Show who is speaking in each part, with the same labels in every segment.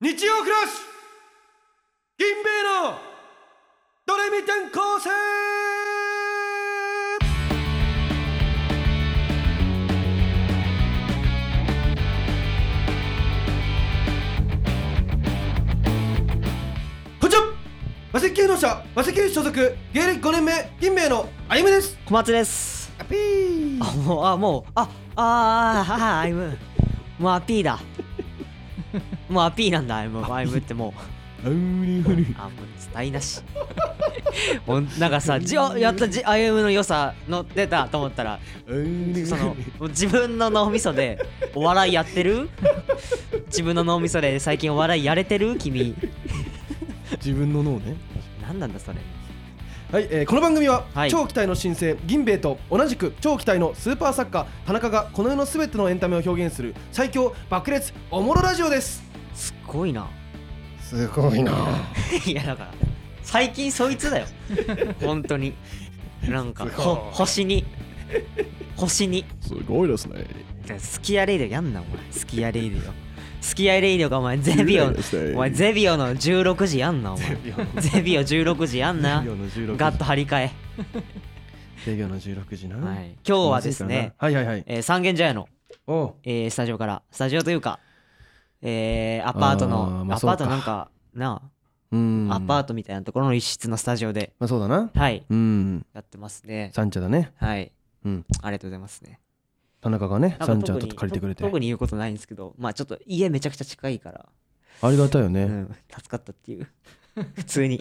Speaker 1: 日曜クラス銀兵衛のドレミ転校生こんにちは和石芸能者和石所属芸歴5年目銀兵衛のあゆむです
Speaker 2: 小松です。
Speaker 1: あぴー
Speaker 2: あもうあもうああーああアイムもうアピーだ。もうアピーなんだアイムアイムってもうあもう台無し。もうなんかさじあやったじアイムの良さの出たと思ったらそのもう自分の脳みそでお笑いやってる？自分の脳みそで最近お笑いやれてる君？
Speaker 1: 自分の脳ね
Speaker 2: なんなんだそれ。
Speaker 1: はい、えーこの番組は、
Speaker 2: はい
Speaker 1: 超期待の新星銀兵衛と同じく超期待のスーパー作家田中がこの世のすべてのエンタメを表現する最強爆裂おもろラジオです
Speaker 2: すっごいな。
Speaker 1: すごいない
Speaker 2: やだから最近そいつ だよ本当になんか
Speaker 1: すごい
Speaker 2: ほ星に星に
Speaker 3: すごいですね。
Speaker 2: スキアレイディオやんなお前スキアレイディオスキアレイディオがお前ゼビオ
Speaker 3: いいですね
Speaker 2: お前ゼビオの16時やんなお前ゼビオ16時やんな
Speaker 1: の16
Speaker 2: ガッと張り替
Speaker 1: デビオの16時な、
Speaker 2: え、はい、今日はですね、
Speaker 1: はいはいはい
Speaker 2: えー三軒茶屋の、
Speaker 1: おう
Speaker 2: えースタジオからスタジオというか、えーアパートの
Speaker 1: あーまあ
Speaker 2: アパート
Speaker 1: そうか
Speaker 2: なんかな
Speaker 1: うん
Speaker 2: あアパートみたいなところの一室のスタジオで
Speaker 1: まあそうだな
Speaker 2: はい
Speaker 1: うん
Speaker 2: やってますね
Speaker 1: サンチャだね
Speaker 2: はい、
Speaker 1: うん
Speaker 2: ありがとうございますね。
Speaker 1: 田中がね
Speaker 2: なん
Speaker 1: サ
Speaker 2: か
Speaker 1: ンチャ
Speaker 2: 特
Speaker 1: ちょ
Speaker 2: に
Speaker 1: っと借りてくれて
Speaker 2: と特に言うことないんですけど、まあちょっと家めちゃくちゃ近いから、
Speaker 1: ありがたいよ
Speaker 2: う
Speaker 1: ね
Speaker 2: ん、助かったっていう。 普通に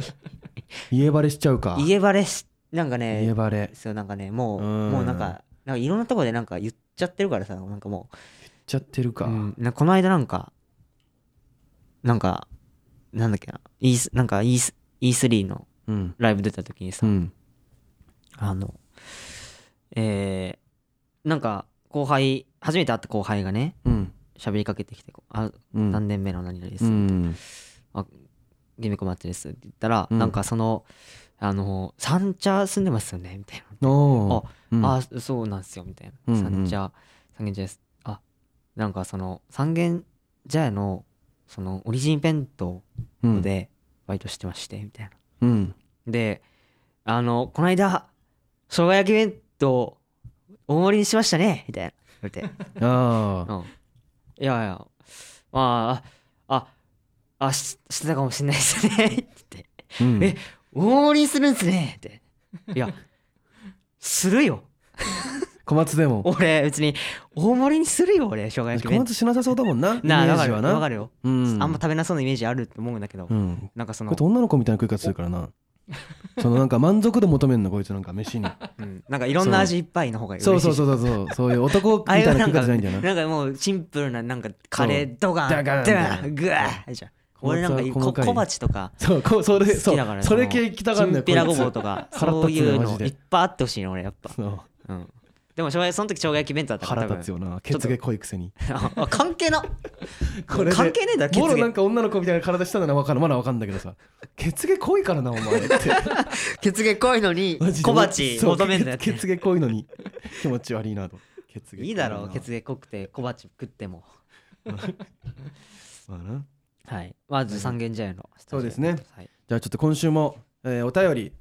Speaker 1: 家バレしちゃうか
Speaker 2: 家バレしなんか
Speaker 1: 家
Speaker 2: ね、
Speaker 1: バレ
Speaker 2: そうなんかねもう
Speaker 1: うん
Speaker 2: もうなんかなんかいろんなところでなんか言っちゃってるからさ、なんかも
Speaker 1: しちゃってる
Speaker 2: う、
Speaker 1: か、
Speaker 2: うんなんかこの間なんかなんかなんだっけな、E なんか E E3 の
Speaker 1: うん
Speaker 2: ライブ出た時にさ
Speaker 1: う、ん
Speaker 2: あのえー、なんか後輩初めて会った後輩がね
Speaker 1: うん
Speaker 2: 喋りかけてきてこうあ
Speaker 1: うん
Speaker 2: 何年目の何々です、
Speaker 1: うん
Speaker 2: ゲミコマッチですって言ったら、
Speaker 1: うん
Speaker 2: なんかその、あの、三茶住んでますよねみたい
Speaker 1: おー
Speaker 2: あ
Speaker 1: うん
Speaker 2: な。あ、そうなんですよ、みたいな。
Speaker 1: うんう
Speaker 2: 三
Speaker 1: ん
Speaker 2: 茶、三軒茶屋です。あ、なんかその、三軒茶屋の、その、オリジン弁当
Speaker 1: うん、
Speaker 2: でバイトしてまして、みたいな。
Speaker 1: うん、
Speaker 2: で、あの、この間、生姜焼き弁当、大盛りにしましたね、みたいな。言って。
Speaker 1: ああ、
Speaker 2: うん。いやいや、まあ、あ、あ、ししてたかもしれないですね、 って。
Speaker 1: うん、
Speaker 2: え大盛りにするんすねって。いや、するよ。
Speaker 1: 小松でも
Speaker 2: 俺、別に、大盛りにするよ、俺、生姜焼き
Speaker 1: 小
Speaker 2: 弁
Speaker 1: 松しなさそうだもんなイメ
Speaker 2: なあ、わ
Speaker 1: ー
Speaker 2: か
Speaker 1: ジ
Speaker 2: る
Speaker 1: は
Speaker 2: よ。
Speaker 1: な
Speaker 2: わかるよ。
Speaker 1: うん、
Speaker 2: あんま食べなそうなイメージあると思うんだけど
Speaker 1: う、ん、こ
Speaker 2: なんかそ
Speaker 1: い
Speaker 2: の
Speaker 1: つ、女の子みたいな食い方するからなそのなんか満足度求めんのこいつなんか飯 に
Speaker 2: うんなんかいろんな味いっぱいの方がいい。
Speaker 1: そうそう
Speaker 2: う。
Speaker 1: そうそうそういう男み
Speaker 2: ああ
Speaker 1: た
Speaker 2: い
Speaker 1: いうな
Speaker 2: なん
Speaker 1: 食い方
Speaker 2: か、
Speaker 1: じゃないんだよ
Speaker 2: な
Speaker 1: な
Speaker 2: んかもうシンプルな、なんかカレードガン、
Speaker 1: ダガン
Speaker 2: ドガン、
Speaker 1: み
Speaker 2: グワーじゃん俺なんかいい、
Speaker 1: 小松は
Speaker 2: こ
Speaker 1: 細かい
Speaker 2: 小鉢とか、
Speaker 1: そうこうそれ
Speaker 2: 好
Speaker 1: そ
Speaker 2: きだから
Speaker 1: う
Speaker 2: ね
Speaker 1: それ系行きたが
Speaker 2: き
Speaker 1: るんだよ
Speaker 2: んぴらごぼ
Speaker 1: こいう
Speaker 2: とか、
Speaker 1: 腹立つ
Speaker 2: そういう
Speaker 1: なマ
Speaker 2: の
Speaker 1: ジで
Speaker 2: いっぱいあってほしいの、俺、やっぱ
Speaker 1: つ。そう
Speaker 2: うんでも、しょうがその時、生姜焼き弁当だったから、
Speaker 1: 腹
Speaker 2: 多分
Speaker 1: 立つよな血毛濃いくせに
Speaker 2: あ関係な
Speaker 1: これで
Speaker 2: 関係ねえだろ
Speaker 1: ボロ
Speaker 2: 血
Speaker 1: な
Speaker 2: 芸
Speaker 1: んか女の子みたいな体したんだなわかるまだわかんだけ どさ血毛濃いからなお前って
Speaker 2: 血芸濃いのに
Speaker 1: マジで
Speaker 2: 小鉢
Speaker 1: そう
Speaker 2: 求めんだよ
Speaker 1: 血毛濃いのに気持ち悪いなと血毛濃
Speaker 2: いいだろ血芸濃くて小鉢食っても
Speaker 1: まあな
Speaker 2: はいまず三軒茶屋のスタジオ
Speaker 1: そうですね
Speaker 2: はい
Speaker 1: じゃあちょっと今週も、えーお便り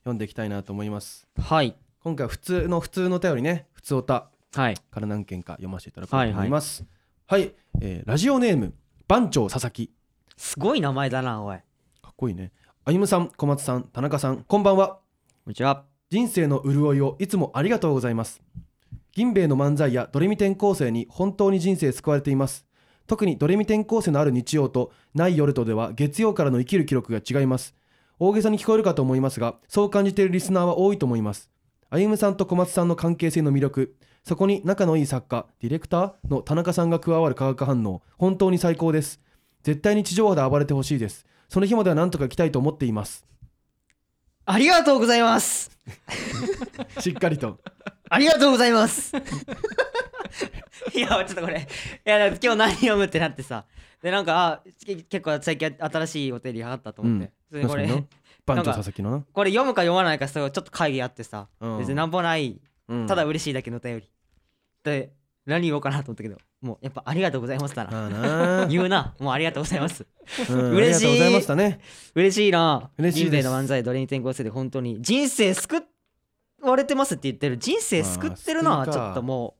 Speaker 1: 読んでいきたいなと思います
Speaker 2: はい
Speaker 1: 今回は普通の普通のお便りね普通おた
Speaker 2: はい
Speaker 1: から何件か読ませていただこうと思いますはい、えーラジオネーム番長佐々木
Speaker 2: すごい名前だなおいこ
Speaker 1: かっこいいねあゆむさん小松さん田中さんこんばんは
Speaker 2: んにちは
Speaker 1: 人生の潤いをいつもありがとうございます銀兵衛の漫才やドレミ転校生に本当に人生救われています特にドレミ転校生のある日曜とない夜とでは月曜からの生きる記録が違います大げさに聞こえるかと思いますがそう感じているリスナーは多いと思います歩夢さんと小松さんの関係性の魅力そこに仲のいい作家ディレクターの田中さんが加わる化学反応本当に最高です絶対に地上波で暴れてほしいですその日までは何とか来たいと思っています
Speaker 2: ありがとうございます
Speaker 1: しっかりと
Speaker 2: ありがとうございます いやちょっとこれいや今日何読むってなってさでなんかあけ結構最近新しいお便りがあったと思って、それでこ
Speaker 1: 確かに
Speaker 2: れ
Speaker 1: な番長佐々木のな
Speaker 2: これ読むか読まないかそうちょっと会議あってさ、
Speaker 1: うん
Speaker 2: 別になんもない
Speaker 1: うん
Speaker 2: ただ嬉しいだけのお便り。で、何言おうかなと思ったけど、もうやっぱありがとうございますだな。
Speaker 1: まあ な
Speaker 2: 言うな。もうありがとうございます。
Speaker 1: うん
Speaker 2: 嬉しい
Speaker 1: ありがとうございましたね
Speaker 2: 嬉しいな。
Speaker 1: 嬉しいです
Speaker 2: 人生の漫才どれに転校生で本当に人生救われてますって言ってる。人生救ってる
Speaker 1: ま
Speaker 2: な。
Speaker 1: あ
Speaker 2: ち
Speaker 1: 救うか
Speaker 2: ょっとも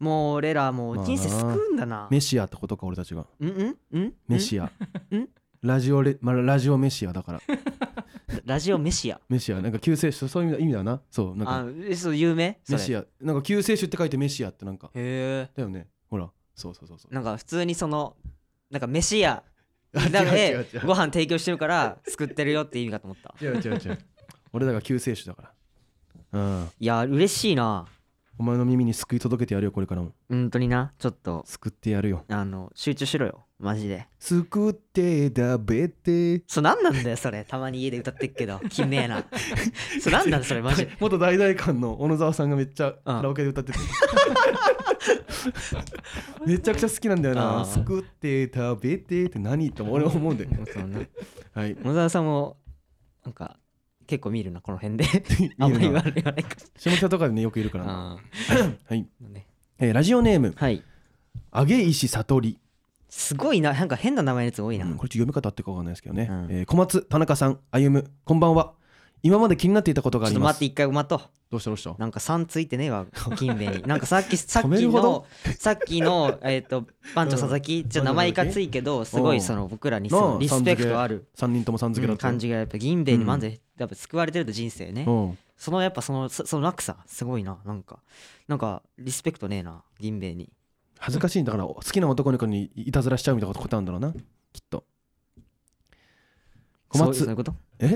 Speaker 2: うもう俺らもう人生救うんだな。
Speaker 1: メシアってことか俺たちが
Speaker 2: うんうんうん。
Speaker 1: メシア
Speaker 2: うん
Speaker 1: ラジオレ、まあ、ラジオメシアだから
Speaker 2: うんラジオメシア。
Speaker 1: メシアなんか救世主そういう意味だ意味だなそうなん
Speaker 2: あ
Speaker 1: か、
Speaker 2: えそう有名？そ
Speaker 1: メ
Speaker 2: れ
Speaker 1: シ
Speaker 2: へ
Speaker 1: アなんか救世主って書いてメシアってなんか
Speaker 2: え。
Speaker 1: だよねほらそうそうそうそう
Speaker 2: なんか普通にそのなんかメシア
Speaker 1: 違う
Speaker 2: なんか
Speaker 1: 違
Speaker 2: で
Speaker 1: う違う
Speaker 2: ご飯提供してるから救ってるよって意味かと思った。
Speaker 1: 違う違う違う 俺らが救世主だからうん
Speaker 2: いや嬉しいな。
Speaker 1: お前の耳に救い届けてやるよこれからも
Speaker 2: 本当にな。ちょっと
Speaker 1: 救ってやるよ
Speaker 2: あの集中しろよ。マジで。
Speaker 1: 救ってだべて
Speaker 2: そうなんなんだよそれたまに家で歌ってっ けどきめえなそうなんなんだそれマジ
Speaker 1: 元大々館の小野沢さんがめっちゃカラオケで歌ってて めちゃくちゃ好きなんだよ
Speaker 2: あー
Speaker 1: な救って食べてって何と俺は 思うんで
Speaker 2: そうね
Speaker 1: はい
Speaker 2: 野沢さんもなんか結構見るなこの 辺であんまり
Speaker 1: い
Speaker 2: 言
Speaker 1: い
Speaker 2: わな
Speaker 1: な
Speaker 2: い言わないか
Speaker 1: 下北とかでねよくいるからな
Speaker 2: あ
Speaker 1: はい、
Speaker 2: ーね
Speaker 1: えーラジオネーム
Speaker 2: はい
Speaker 1: あげ石悟り
Speaker 2: すごいななんか変な名前のやつ多いな、
Speaker 1: うんこれちょっと読み方合ってるかわかんないですけどね、
Speaker 2: うん
Speaker 1: えー小松田中さん歩むこんばんは今まで気になっていたことが
Speaker 2: ちょっ
Speaker 1: あり
Speaker 2: と
Speaker 1: ま
Speaker 2: 待っ
Speaker 1: す
Speaker 2: て一回待とう
Speaker 1: どうしたどうした
Speaker 2: なんか3ついてねえわ金 兵衛になんかさっきさっ
Speaker 1: 止め
Speaker 2: き
Speaker 1: るほ
Speaker 2: の
Speaker 1: ど
Speaker 2: さっきのえっ、と番長佐々木ちょっと名前いかついけどすごいその僕らにそのリスペクトある
Speaker 1: 3人ともさん付けだった、
Speaker 2: 感じがやっぱ銀兵衛に漫才やっぱ救われてると人生ね、
Speaker 1: うん
Speaker 2: そのやっぱそのそその落差すごいななんかなんかリスペクトねえな銀兵衛に
Speaker 1: 恥ずかしいんだから好きな男の子にいたずらしちゃうみたいなことなんだろうなきっと小
Speaker 2: そうそうい
Speaker 1: 松
Speaker 2: うこと
Speaker 1: え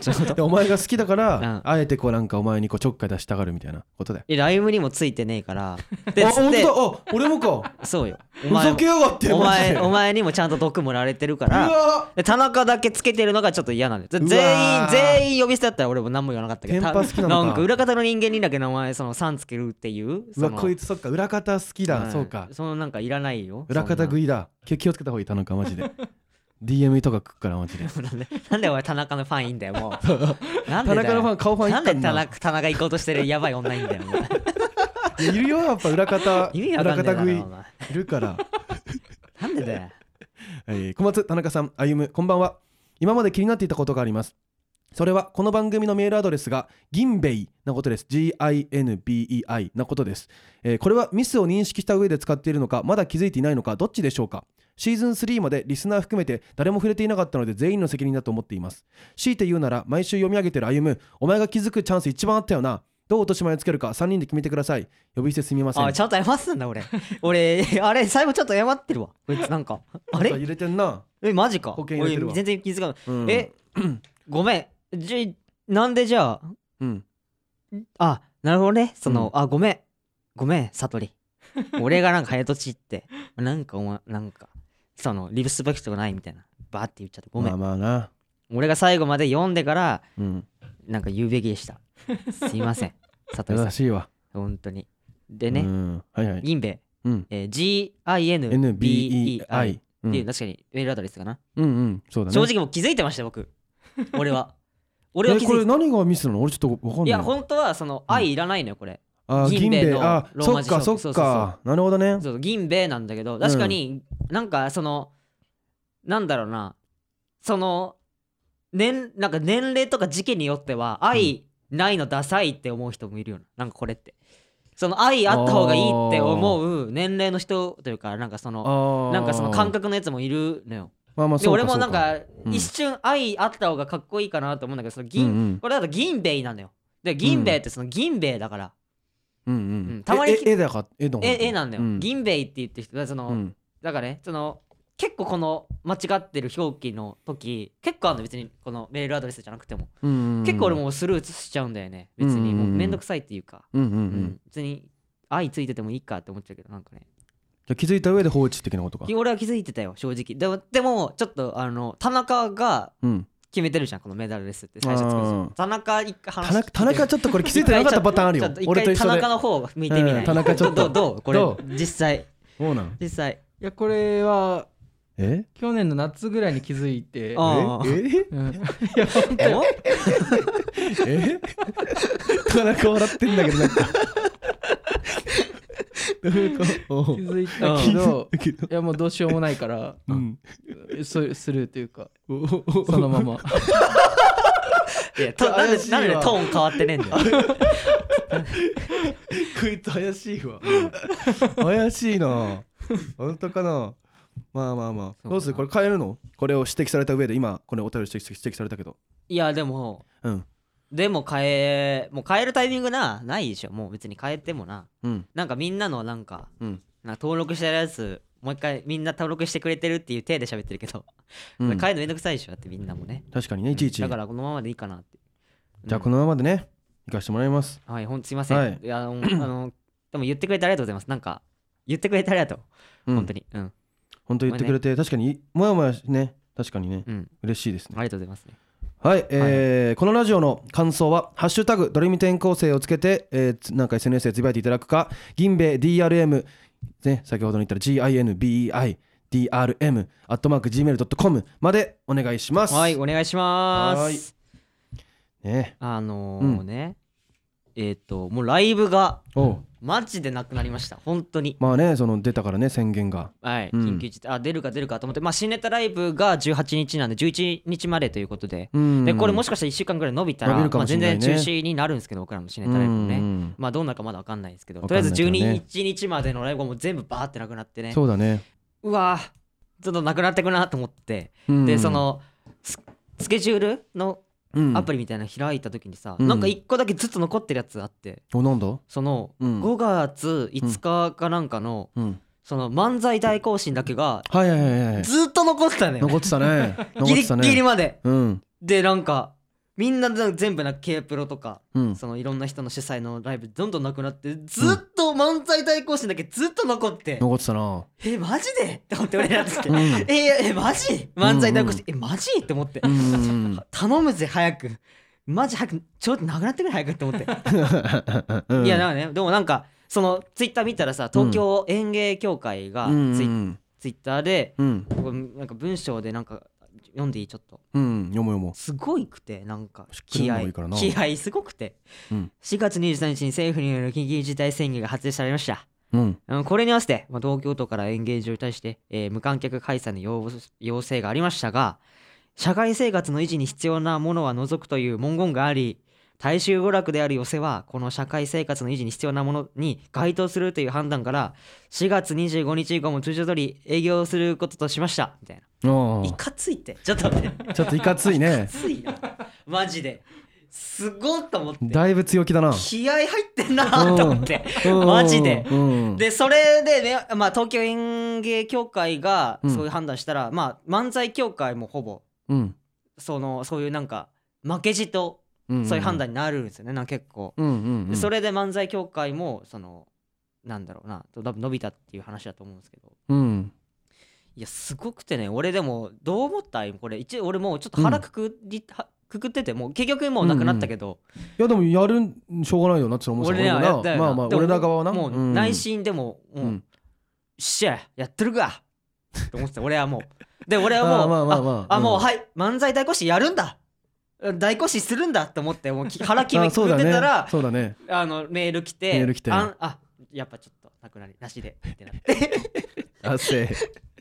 Speaker 2: そういうこと
Speaker 1: でお前が好きだから、
Speaker 2: うん
Speaker 1: あえてこうなんかお前にこうちょっかい出したがるみたいなことだよ
Speaker 2: えライブにもついてねえ からで
Speaker 1: あ
Speaker 2: つっ
Speaker 1: 本
Speaker 2: て
Speaker 1: 当だあ俺もか
Speaker 2: そうよお
Speaker 1: ふ
Speaker 2: 前
Speaker 1: ざ
Speaker 2: も
Speaker 1: けやがって
Speaker 2: お
Speaker 1: マジ
Speaker 2: 前
Speaker 1: で
Speaker 2: お前にもちゃんと毒もられてるか
Speaker 1: う
Speaker 2: ら
Speaker 1: わ
Speaker 2: で田中だけつけてるのがちょっと嫌なんです
Speaker 1: うわ
Speaker 2: 全員全員呼び捨てだったら俺も何も言わなかったけど
Speaker 1: テンパ好きなの
Speaker 2: た
Speaker 1: か
Speaker 2: なんか裏方の人間にだけ名前そのさんつけるっていう
Speaker 1: う
Speaker 2: そ
Speaker 1: わ
Speaker 2: の
Speaker 1: こいつそっか裏方好きだ、
Speaker 2: ん
Speaker 1: そうか
Speaker 2: そのなんかいらないよ
Speaker 1: 裏方食
Speaker 2: い
Speaker 1: いだ気気をつけた方がいい田中マジ で DM とか食っからマジ で
Speaker 2: なんでなんでお前田中のファンいいんだよもう田
Speaker 1: 田中のファン顔ファンい
Speaker 2: な
Speaker 1: っ
Speaker 2: ん
Speaker 1: た
Speaker 2: で
Speaker 1: ん
Speaker 2: 田
Speaker 1: だ
Speaker 2: 中田中行こうとしてるやばい女いんだよ。お前
Speaker 1: いるよやっぱ裏 方
Speaker 2: 意味
Speaker 1: 裏
Speaker 2: わかんな
Speaker 1: 方
Speaker 2: いだ
Speaker 1: 食い
Speaker 2: ろお前。
Speaker 1: いるから
Speaker 2: なんでだよ。
Speaker 1: えー小松田中さん歩むこんばんは今まで気になっていたことがありますそれはこの番組のメールアドレスが銀ベイなことです GINBEI なことです、えーこれはミスを認識した上で使っているのかまだ気づいていないのかどっちでしょうかシーズン3までリスナー含めて誰も触れていなかったので全員の責任だと思っています強いて言うなら毎週読み上げてる歩むお前が気づくチャンス一番あったよなどう落とし前をつけるか3人で決めてください呼び捨てすみません
Speaker 2: あ、ち
Speaker 1: ょっ
Speaker 2: ゃんと謝ってんだ俺。俺、あれ、最後ちょっと謝ってるわ。こいつなんか。あれ
Speaker 1: 入れてんな、
Speaker 2: え、マジか。
Speaker 1: 保険入れ
Speaker 2: 俺
Speaker 1: てるわ
Speaker 2: 全然気づかない。
Speaker 1: うん
Speaker 2: え、 ごめん。じなんでじゃあ、
Speaker 1: うん
Speaker 2: あ、なるほどね。その、あ、ごめん。ごめん、悟り。俺がなんか早とちって、なんかお前、なんか、その、リスペクトがないみたいな。バーって言っちゃって、ごめん。
Speaker 1: まあまあな、
Speaker 2: 俺が最後まで読んでから、
Speaker 1: うん、
Speaker 2: なんか言うべきでした。すいま せん。佐藤さ
Speaker 1: 優
Speaker 2: ん、
Speaker 1: しいわ
Speaker 2: 本当に。でね、
Speaker 1: うん、はいはい。
Speaker 2: 銀兵衛、
Speaker 1: うん。
Speaker 2: えー GINBEI っ
Speaker 1: NBEI。うん
Speaker 2: ていう、確かにメールアドレスかな。
Speaker 1: うんうん、そうだね。
Speaker 2: 正直もう気づいてました、僕。俺は。俺は
Speaker 1: え
Speaker 2: 気
Speaker 1: こ
Speaker 2: づ
Speaker 1: れ
Speaker 2: いて
Speaker 1: 何がミスなの俺ちょっとわかんない。
Speaker 2: いや、本当はその、
Speaker 1: ん
Speaker 2: 愛いらないのよ、これ。
Speaker 1: あ、
Speaker 2: 銀
Speaker 1: 銀
Speaker 2: 兵衛
Speaker 1: 兵衛
Speaker 2: の
Speaker 1: あ、
Speaker 2: ロー
Speaker 1: そ
Speaker 2: マ
Speaker 1: っ
Speaker 2: 字書
Speaker 1: かそ
Speaker 2: そうそう
Speaker 1: っ
Speaker 2: そ
Speaker 1: か。なるほどね。
Speaker 2: そう銀兵衛なんだけど、確かになんかその、なんだろうな、その、年、なんか年齢とか時期によっては、愛ないのダサいって思う人もいるよな。なんかこれって。その愛あった方がいいって思う年齢の人というか、なんかその、
Speaker 1: ああ。
Speaker 2: なんかその感。覚のやつもいるのよ。
Speaker 1: まあまあ
Speaker 2: で、
Speaker 1: そう
Speaker 2: 俺
Speaker 1: か
Speaker 2: もなん
Speaker 1: そう
Speaker 2: か
Speaker 1: うん
Speaker 2: 一瞬愛あった方がかっこいいかなと思うんだけど、その
Speaker 1: うんう
Speaker 2: 銀、
Speaker 1: ん
Speaker 2: これだと銀兵衛なのよ。で、銀兵衛ってその銀兵衛だから、
Speaker 1: うん
Speaker 2: う
Speaker 1: うんん。
Speaker 2: たまに
Speaker 1: ええ絵だか絵の方。
Speaker 2: 絵、絵なんだよ。
Speaker 1: うん
Speaker 2: 銀兵衛って言ってる人が、その、
Speaker 1: うん。
Speaker 2: だからねその結構この間違ってる表記の時結構あるの別にこのメールアドレスじゃなくても、
Speaker 1: うんうんうん
Speaker 2: 結構俺。もうスルーしちゃうんだよね別にもうめんどくさいっていうか、
Speaker 1: うんうんう
Speaker 2: うん
Speaker 1: ん。
Speaker 2: 別に愛ついててもいいかって思っちゃうけどなんかね
Speaker 1: じゃあ気づいた上で放置的なことか。
Speaker 2: 俺は気づいてたよ正直でもでもちょっとあの田中が
Speaker 1: うん。
Speaker 2: 決めてるじゃんこのメールアドレスって最初作る
Speaker 1: あ
Speaker 2: 人
Speaker 1: ー
Speaker 2: 田中一回話
Speaker 1: 田中田中ちょっとこれ気づいてなかったパターンある
Speaker 2: ちょ
Speaker 1: よ
Speaker 2: っと。一
Speaker 1: 俺と
Speaker 2: 回
Speaker 1: 一
Speaker 2: 田
Speaker 1: 緒で
Speaker 2: 中。の方を見てみな
Speaker 1: う
Speaker 2: い
Speaker 1: ん田中ちょっ
Speaker 2: ど
Speaker 1: と
Speaker 2: うどうこれ
Speaker 1: ど
Speaker 2: 実際
Speaker 1: そうなん。
Speaker 2: 実際
Speaker 3: いやこれは
Speaker 1: え？
Speaker 3: 去年の夏ぐらいに気づいて、
Speaker 2: あ ー
Speaker 1: え？
Speaker 3: うん、いや本当に
Speaker 1: え？え？田中笑ってんだけどなんか。
Speaker 3: 気
Speaker 1: うん
Speaker 3: づいたけどいやもうどうしようもないから
Speaker 1: うん
Speaker 3: そうスルーというかそのまま
Speaker 2: いやとなん
Speaker 1: 怪
Speaker 2: で
Speaker 1: しいわ
Speaker 2: なんでトーン変わってねえんだよ
Speaker 1: こいつ怪しいわ怪しいな本当かなまあまあまあ
Speaker 3: そうかな
Speaker 1: どうするこれ変えるのこれを指摘された上で今これお便り指摘指摘されたけど
Speaker 2: いやでも
Speaker 1: うん
Speaker 2: でも変えもう変えるタイミングなないでしょもう別に変えてもな
Speaker 1: うん
Speaker 2: なんかみんなのなんか
Speaker 1: うん
Speaker 2: なんか登録してるやつもう一回みんな登録してくれてるっていう体で喋ってるけど、
Speaker 1: うん
Speaker 2: 変えるのめんどくさいでしょだってみんなもね
Speaker 1: 確かにねいちいち
Speaker 2: だからこのままでいいかなって
Speaker 1: じゃあこ
Speaker 2: の、
Speaker 1: のままでね行かしてもらいます
Speaker 2: うんはいほんとすいません、
Speaker 1: はい
Speaker 2: い、やあのあのでも言ってくれてありがとうございますなんか言ってくれてありがとう、
Speaker 1: うん
Speaker 2: 本当にうん
Speaker 1: 本当言ってくれて確かにもやもやしね確かにね
Speaker 2: うん
Speaker 1: 嬉しいですね
Speaker 2: ありがとうございますね
Speaker 1: はい、えーこのラジオの感想は「ハッシュタグドリミ転校生」をつけて、えーつなんか SNS でつぶやいていただくか銀兵衛 DRM、ね、先ほどの言ったら GINBEI DRM アットマーク Gmail.com までお願いします
Speaker 2: はいお願いします
Speaker 1: はいね
Speaker 2: あのーね、えっ、ともうライブが
Speaker 1: おう
Speaker 2: マジでなくなりました本当に
Speaker 1: まあねその出たからね宣言が
Speaker 2: はい、
Speaker 1: うん
Speaker 2: 緊急事態あ出るか出るかと思ってまあ新ネタライブが18日なんで11日までということで、
Speaker 1: うん
Speaker 2: でこれもしかしたら1週間ぐらい伸びた
Speaker 1: 伸び
Speaker 2: ら、
Speaker 1: るか
Speaker 2: まあ、
Speaker 1: もしれ
Speaker 2: 全
Speaker 1: ないね
Speaker 2: 然中止になるんですけど僕らの新ネタライブもね、
Speaker 1: うん
Speaker 2: まあどうなるかまだ分かんないですけど
Speaker 1: わ
Speaker 2: と
Speaker 1: か
Speaker 2: りあ
Speaker 1: ん
Speaker 2: え
Speaker 1: ない
Speaker 2: ず
Speaker 1: けどね
Speaker 2: 12日までのライブがもう全部バーってなくなってね
Speaker 1: そうだね、
Speaker 2: うわーちょっとなくなってくなと思って、
Speaker 1: うん
Speaker 2: でそのススケジュールの
Speaker 1: うん
Speaker 2: アプリみたいなの開いた時にさ、
Speaker 1: うん
Speaker 2: なんか1個だけずっと残ってるやつあって
Speaker 1: おなんだ
Speaker 2: その
Speaker 1: うん
Speaker 2: 5月5日かなんかの、
Speaker 1: うん
Speaker 2: その漫才大行進だけが
Speaker 1: はいはいはい はい
Speaker 2: ずっと残ってたのよ、
Speaker 1: 残ってたね残
Speaker 2: ギ
Speaker 1: っ
Speaker 2: リ
Speaker 1: てた
Speaker 2: ッギリ
Speaker 1: ね
Speaker 2: まで
Speaker 1: うん
Speaker 2: でなんかみんななんか全部な K プロとか、
Speaker 1: うん
Speaker 2: そのいろんな人の主催のライブどんどんなくなってずっと漫才大行進だけずっと残って、
Speaker 1: 残ってたな
Speaker 2: えマジでって思って俺らつって、
Speaker 1: うん
Speaker 2: ええマジ漫才大行進、えマジって思って、
Speaker 1: うんうんうん
Speaker 2: 頼むぜ早くマジ早くちょっとなくなってくれ早くって思って いやだからねでもなんかそのツイッター見たらさ東京園芸協会がツイ,、
Speaker 1: うん
Speaker 2: ツイッターで
Speaker 1: うん
Speaker 2: ここなんか文章でなんか読んでいいちょっと
Speaker 1: うん読もう読も
Speaker 2: すごいくてなんか
Speaker 1: しっくり
Speaker 2: 気
Speaker 1: の
Speaker 2: 合
Speaker 1: 方がい
Speaker 2: い
Speaker 1: いからな
Speaker 2: 気合すごくて、
Speaker 1: うん
Speaker 2: 4月23日に政府による緊急事態宣言が発令されました
Speaker 1: ううん
Speaker 2: うんこれに合わせて、まあ、東京都から演芸場に対して、えー無観客開催の要要請がありましたが社会生活の維持に必要なものは除くという文言があり大衆娯楽である寄せはこの社会生活の維持に必要なものに該当するという判断から4月25日以降も通常通り営業することとしましたみたい
Speaker 1: あ
Speaker 2: な。いかついってちょっと待って
Speaker 1: あちょっといかついね
Speaker 2: ついなマジですごっと思って
Speaker 1: だいぶ強気だな
Speaker 2: 気合入ってんなと思って マジで
Speaker 1: うん
Speaker 2: でそれで、ねまあ、東京園芸協会が
Speaker 1: うん
Speaker 2: そういう判断したら、まあ、漫才協会もほぼ
Speaker 1: うん
Speaker 2: そのそういうなんか負けじと
Speaker 1: うん
Speaker 2: そういう判断になるんですよね、なんか結構、
Speaker 1: うんうんう
Speaker 2: で
Speaker 1: ん
Speaker 2: それで漫才協会もそのなんだろうな多分伸びたっていう話だと思うんですけど
Speaker 1: うん
Speaker 2: いやすごくてね俺でもどう思った今これ一応俺もうちょっと腹くくり、はくくっててもう結局もうなくなったけど、
Speaker 1: いやでもやるんしょうがないよなって思ってた
Speaker 2: 俺らはやったよな
Speaker 1: まあまあ
Speaker 2: でも
Speaker 1: 俺ら側はな
Speaker 2: も
Speaker 1: う
Speaker 2: うん内心でもも
Speaker 1: う
Speaker 2: う、
Speaker 1: ん
Speaker 2: しゃやってるかと思ってた俺はもうで俺
Speaker 1: ま
Speaker 2: はも
Speaker 1: あ
Speaker 2: う
Speaker 1: まあまあ
Speaker 2: あ
Speaker 1: まあ
Speaker 2: あもう
Speaker 1: っ
Speaker 2: はい漫才大行進やるんだ大行進するんだって思ってもうき腹決めくってたらあ,、
Speaker 1: そうだね
Speaker 2: のメール来て
Speaker 1: メール来て
Speaker 2: あんあやっぱちょっとなくなりなし でってなって
Speaker 1: あせ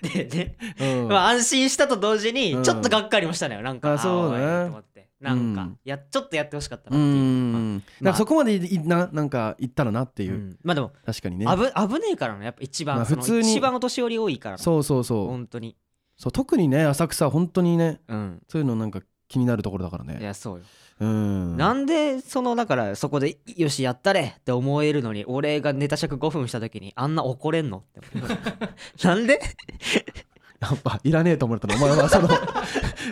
Speaker 2: でね、
Speaker 1: うん
Speaker 2: まあ、安心したと同時
Speaker 1: う
Speaker 2: に
Speaker 1: ん
Speaker 2: ちょっとがっかりもしたのよなんか
Speaker 1: あそ
Speaker 2: あ
Speaker 1: うね
Speaker 2: ーおいと思ってなんか、
Speaker 1: うん
Speaker 2: やちょっとやってほしかったな
Speaker 1: う
Speaker 2: っていう、まあ
Speaker 1: んなんかそこまでいいななんか言ったらなって
Speaker 2: う
Speaker 1: いうん
Speaker 2: まあでも
Speaker 1: 確かにね
Speaker 2: 危危ねえからねやっぱ一番、
Speaker 1: まあ
Speaker 2: その
Speaker 1: 普通に
Speaker 2: 一番お年寄り多いから
Speaker 1: そうそうそう
Speaker 2: 本当に
Speaker 1: そう特にね浅草本当にね
Speaker 2: うん
Speaker 1: そういうのなんか気になるところだから
Speaker 2: い
Speaker 1: ね
Speaker 2: やそうよ
Speaker 1: うん
Speaker 2: なんでそのだからそこで「よしやったれ!」って思えるのに俺がネタ尺5分した時にあんな怒れんのって 思うなんで
Speaker 1: やっぱいらねえと思ったのお前は その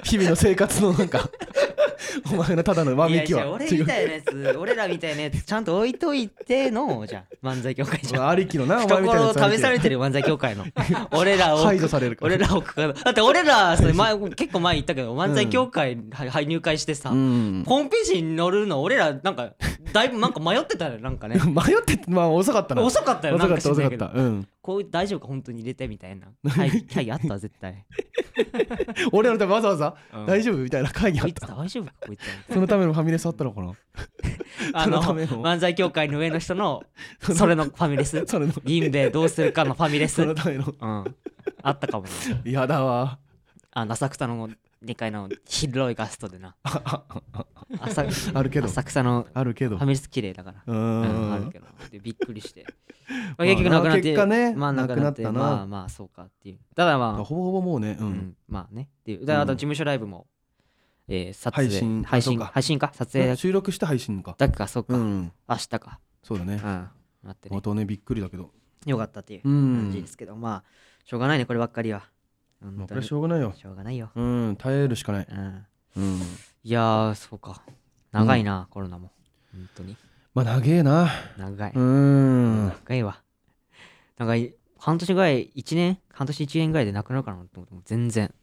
Speaker 1: 日々の生活のなんかお前のただのわ
Speaker 2: い
Speaker 1: め
Speaker 2: やい
Speaker 1: き
Speaker 2: や
Speaker 1: は
Speaker 2: 俺
Speaker 1: 違
Speaker 2: み
Speaker 1: う
Speaker 2: たいなや つ俺らみたいなやつちゃんと置いといてのじゃあ漫才協会じゃん
Speaker 1: ありきのなお前みたいな
Speaker 2: 懐
Speaker 1: や
Speaker 2: を
Speaker 1: つあり
Speaker 2: 試
Speaker 1: き
Speaker 2: されてるよ漫才協会の俺らを
Speaker 1: 排除されるから
Speaker 2: 俺らをだって俺らそれ前結構前言ったけど漫才協会入入入会してさ、
Speaker 1: うん
Speaker 2: ホームページに載るの俺らなんかだいぶなんか迷ってたよなんかね
Speaker 1: 迷って まあ遅かったな
Speaker 2: 遅かったよ
Speaker 1: 遅
Speaker 2: なん
Speaker 1: か
Speaker 2: か
Speaker 1: った
Speaker 2: 知ん
Speaker 1: 遅
Speaker 2: な
Speaker 1: か
Speaker 2: いけ
Speaker 1: っ
Speaker 2: ど
Speaker 1: たうん
Speaker 2: こう大丈夫か本当に入れてみたいなはいはいあったわ絶対、
Speaker 1: 俺らのためにわざわざ
Speaker 2: うん
Speaker 1: 大丈夫みたいな会議あ
Speaker 2: こ
Speaker 1: っ
Speaker 2: いつ
Speaker 1: た
Speaker 2: 大丈夫かこいつは
Speaker 1: そのためのファミレスあったのか な
Speaker 2: あ
Speaker 1: そ
Speaker 2: の
Speaker 1: のための
Speaker 2: 漫才協会の上の人 のそれのファミレス
Speaker 1: それの
Speaker 2: 銀兵衛どうするかのファミレス
Speaker 1: そうの
Speaker 2: ん
Speaker 1: ための
Speaker 2: あったかもね
Speaker 1: やだわ
Speaker 2: あの浅草の2階の広いガストでな
Speaker 1: あああ
Speaker 2: 浅
Speaker 1: あるけど
Speaker 2: 浅草の
Speaker 1: あるけど
Speaker 2: ファミレス綺麗だから
Speaker 1: う
Speaker 2: うんあ
Speaker 1: ー
Speaker 2: る
Speaker 1: ん
Speaker 2: けどでびっくりして、ま
Speaker 1: ま
Speaker 2: あ、
Speaker 1: あ
Speaker 2: 結局なくなって
Speaker 1: 結果ね
Speaker 2: まあなくなって
Speaker 1: なくなったな
Speaker 2: まあまあそうかっていうただまあ
Speaker 1: ほぼほぼもうねう
Speaker 2: うんん、まあねっていうだからあと事務所ライブも、えー撮影
Speaker 1: 配信
Speaker 2: 配信
Speaker 1: あそう
Speaker 2: か
Speaker 1: か
Speaker 2: 配信か撮影
Speaker 1: 収録して配信か
Speaker 2: だっけかそうか、
Speaker 1: うん
Speaker 2: 明日か
Speaker 1: そうだね
Speaker 2: うんなってね
Speaker 1: 冒頭ねびっくりだけど
Speaker 2: よかったっていう
Speaker 1: う
Speaker 2: 感じ
Speaker 1: ん
Speaker 2: ですけど、まあしょうがないねこればっかりは本
Speaker 1: まあこ
Speaker 2: 当
Speaker 1: れ
Speaker 2: に
Speaker 1: し
Speaker 2: し
Speaker 1: ょうがないよ
Speaker 2: ょうがないよ、
Speaker 1: うん耐えるしかない
Speaker 2: うん、
Speaker 1: うん
Speaker 2: いやーそうか長いな、コロナも本当に
Speaker 1: まあ長えな
Speaker 2: 長い、
Speaker 1: うん
Speaker 2: 長いわ長い半年ぐらい1年半年1年ぐらいでなくなるかなと思っても全然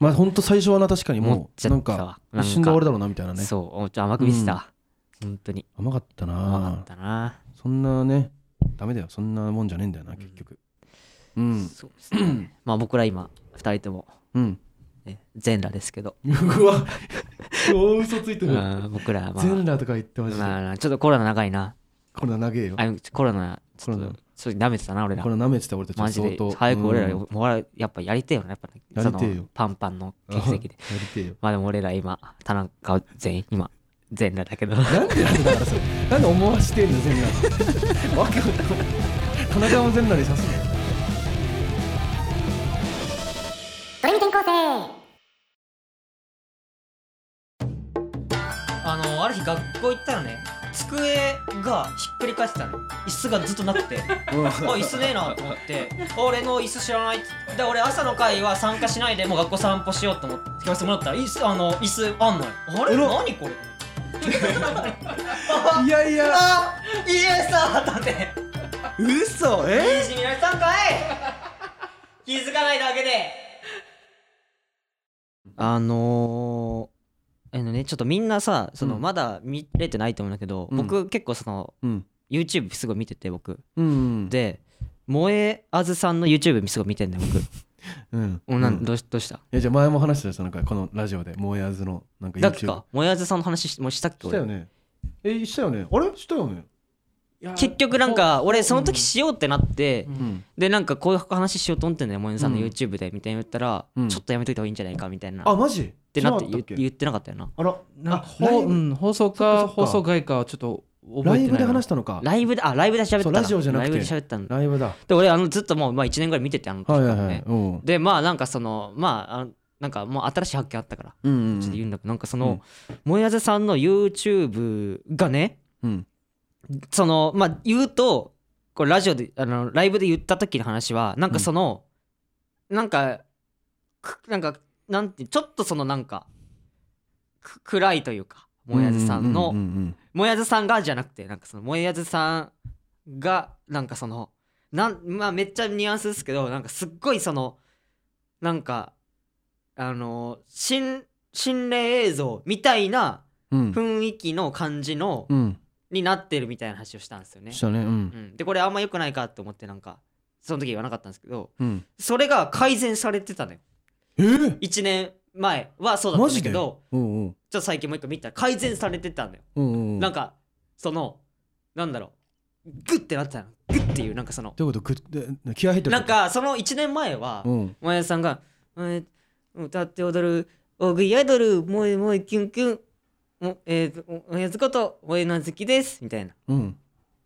Speaker 1: まあほんと最初はな確かに
Speaker 2: 思っ
Speaker 1: も
Speaker 2: ち
Speaker 1: う
Speaker 2: ゃ
Speaker 1: な
Speaker 2: っ
Speaker 1: ん
Speaker 2: た
Speaker 1: か
Speaker 2: わ
Speaker 1: 一瞬で終わりだろうなみたいなね
Speaker 2: そうおちょ甘く見てたわ、本当に
Speaker 1: 甘かった
Speaker 2: 甘かっ
Speaker 1: な
Speaker 2: たな
Speaker 1: そんなねダメだよそんなもんじゃねえんだよな結局うん
Speaker 2: そうです ね。まあ僕ら今2人とも
Speaker 1: うん
Speaker 2: ね全裸ですけど、
Speaker 1: うわう嘘ついて
Speaker 2: う
Speaker 1: る
Speaker 2: ん僕らはまあ
Speaker 1: 全裸とか言ってました
Speaker 2: まあちょっとコロナ長いな。
Speaker 1: これ長えよ
Speaker 2: あコロナちょっ
Speaker 1: コロナ
Speaker 2: とちょっと舐めてたな俺ら
Speaker 1: こ。れ舐めてた俺たち
Speaker 2: マジ
Speaker 1: 相
Speaker 2: で
Speaker 1: 当
Speaker 2: 早く俺ら
Speaker 1: うん
Speaker 2: よ、もうあれやっぱやりてえよなやっぱね
Speaker 1: や
Speaker 2: そ
Speaker 1: りてえよ
Speaker 2: のパンパンの
Speaker 1: あや
Speaker 2: 血液
Speaker 1: り
Speaker 2: で。
Speaker 1: てえよ
Speaker 2: まあでも俺ら今田中は全員今全裸だけど。
Speaker 1: なんでなんだからそれなんで思わしてんの全裸わけわかんない田中も全裸で刺すの
Speaker 4: ドレミ転校生
Speaker 2: あのある日学校行ったらね机がひっくり返ってたの椅子がずっとなくてあ椅子ねえなと思ってあ俺の椅子知らないで俺朝の会は参加しないでもう学校散歩しようと思って聞かせてもらったら椅子あの椅子あんのよあれ何これ
Speaker 1: いやいや
Speaker 2: あ家さだって
Speaker 1: 嘘え
Speaker 2: いじみられたんかい気づかないだけであのー、あのねちょっとみんなさその、
Speaker 1: うん
Speaker 2: まだ見れてないと思うんだけど、
Speaker 1: うん
Speaker 2: 僕結構その
Speaker 1: うん、
Speaker 2: YouTube すごい見てて僕
Speaker 1: うん、
Speaker 2: で萌えあずさんの YouTube すごい見てんだよ僕
Speaker 1: うん、
Speaker 2: おな
Speaker 1: うん
Speaker 2: どうしどうした
Speaker 1: いやじゃあ前も話してたじゃんなんかこのラジオで「燃えあず」のなんか
Speaker 2: だっけ
Speaker 1: YouTube
Speaker 2: か萌えあずさんの話しもうしたっけ
Speaker 1: し
Speaker 2: 俺
Speaker 1: たよねえしたよねあれしたよね
Speaker 2: 結局なんか俺その時しようってなって、
Speaker 1: うん
Speaker 2: でなんかこういう話しようと思ってんだよ萌えあずさんの
Speaker 1: うん
Speaker 2: YouTube でみたいに言ったら、
Speaker 1: うん
Speaker 2: ちょっとやめといた方がいいんじゃないかみたいな、
Speaker 1: あ
Speaker 2: っ
Speaker 1: マジって
Speaker 2: なって
Speaker 1: た
Speaker 2: 言
Speaker 1: っけ
Speaker 2: 言ってなかったよな
Speaker 1: あら
Speaker 3: なん
Speaker 1: あ
Speaker 3: か
Speaker 1: ラ
Speaker 3: ほ
Speaker 1: イ
Speaker 3: う
Speaker 1: ブ
Speaker 3: うん、放送
Speaker 1: そ
Speaker 3: か
Speaker 1: っかそっか
Speaker 3: 放送外かはちょっと
Speaker 1: ラ
Speaker 3: 覚え
Speaker 1: イ
Speaker 3: て
Speaker 1: ブ
Speaker 3: ない
Speaker 1: で
Speaker 3: な
Speaker 1: 話したのか
Speaker 2: ライブであライブで喋った
Speaker 1: そう
Speaker 2: な
Speaker 1: ラジオじゃなくて
Speaker 2: ライブで喋ったんだ
Speaker 1: ライブだ
Speaker 2: で俺あのずっともう、まあ、1年ぐらい見ててあの時
Speaker 1: は
Speaker 2: か
Speaker 1: い
Speaker 2: らね、
Speaker 1: はいはいうん
Speaker 2: でまあなんかそのまああのなんかもう新しい発見あったから
Speaker 1: うん
Speaker 2: ちょっと言うんだけど、なんかその、もやぜさんの YouTube がね、
Speaker 1: うん
Speaker 2: その、まあ、言うと、これラジオで、あの、ライブで言った時の話は、なんかその、なんか、くなんか、なんて、ちょっとそのなんか、く暗いというか、もやぜさんの、
Speaker 1: ううん
Speaker 2: もやずさんがじゃなくてなんかそのもやずさんがなんかそのなんまあめっちゃニュアンスですけどなんかすっごいそのなんかあの心心霊映像みたいな
Speaker 1: うんうん
Speaker 2: 雰囲気の感じの、
Speaker 1: うん
Speaker 2: になってるみたいな話をしたんですよね
Speaker 1: し。たねう
Speaker 2: うんん、でこれあんま良くないかと思ってなんかその時言わなかったんですけど
Speaker 1: うん
Speaker 2: それが改善されてたのよ。
Speaker 1: えー
Speaker 2: 1年前はそうだったんだけど
Speaker 1: うんうん
Speaker 2: ちょっと最近もう一回見たら改善されてたのよ。
Speaker 1: うんうん
Speaker 2: なんかそのなんだろうグッてなってたのグッっていうなんかその
Speaker 1: どういうことぐで気合入ってる
Speaker 2: なんかその1年前は
Speaker 1: うん
Speaker 2: もやさんが「えー歌って踊る大食いアイドルもえもえキュンキュンもえーおやずこともえなずきです」みたいな。
Speaker 1: うん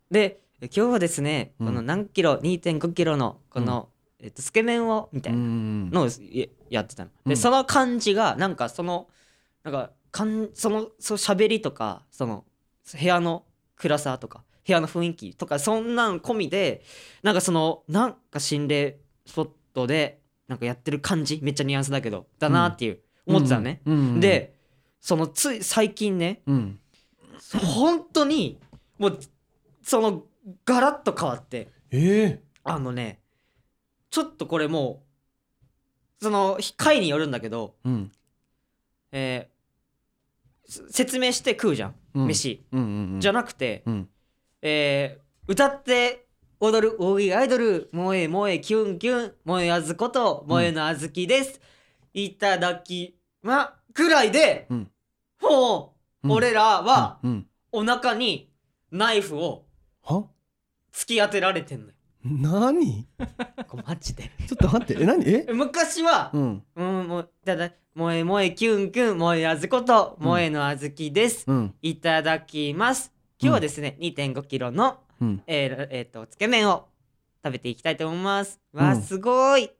Speaker 2: で今日はですね、
Speaker 1: うん
Speaker 2: この何キロ2.5キロのこの、えっとつけ麺をみた
Speaker 1: う
Speaker 2: いなんのをややってたの。
Speaker 1: う
Speaker 2: で
Speaker 1: ん
Speaker 2: その感じがなんかそのなんかかんそのそう喋りとかその部屋の暗さとか部屋の雰囲気とかそんなん込みでなんかそのなんか心霊スポットでなんかやってる感じめっちゃニュアンスだけどだなっていう、思ってたのね。
Speaker 1: うんうんうん
Speaker 2: でそのつい最近ね
Speaker 1: うん
Speaker 2: 本当にもうそのガラッと変わって。
Speaker 1: ええ
Speaker 2: あのね、ちょっとこれもう、その、回によるんだけど、
Speaker 1: うん
Speaker 2: えーす説明して食うじゃん、
Speaker 1: うん
Speaker 2: 飯
Speaker 1: うんうんうん
Speaker 2: じゃなくて、
Speaker 1: うん
Speaker 2: えー歌って踊る大食いアイドル萌え萌えキュンキュン萌えあずこと萌えのあずきです、いただきまくらいで、
Speaker 1: うん
Speaker 2: もう、
Speaker 1: うん
Speaker 2: 俺らは
Speaker 1: うんうん
Speaker 2: お腹にナイフを
Speaker 1: は
Speaker 2: 突き当てられてんの よ
Speaker 1: 何
Speaker 2: これマジで
Speaker 1: ちょっと待ってえ何え
Speaker 2: 昔は、
Speaker 1: うん
Speaker 2: うん、もういただ萌え萌えキュンキュン萌えあずこと
Speaker 1: うん
Speaker 2: 萌えのあずきです、
Speaker 1: うん
Speaker 2: いただきます今日はですね、2 5キロの
Speaker 1: うん
Speaker 2: えーえーとつけ麺を食べていきたいと思います。
Speaker 1: ん
Speaker 2: わあ、すごい。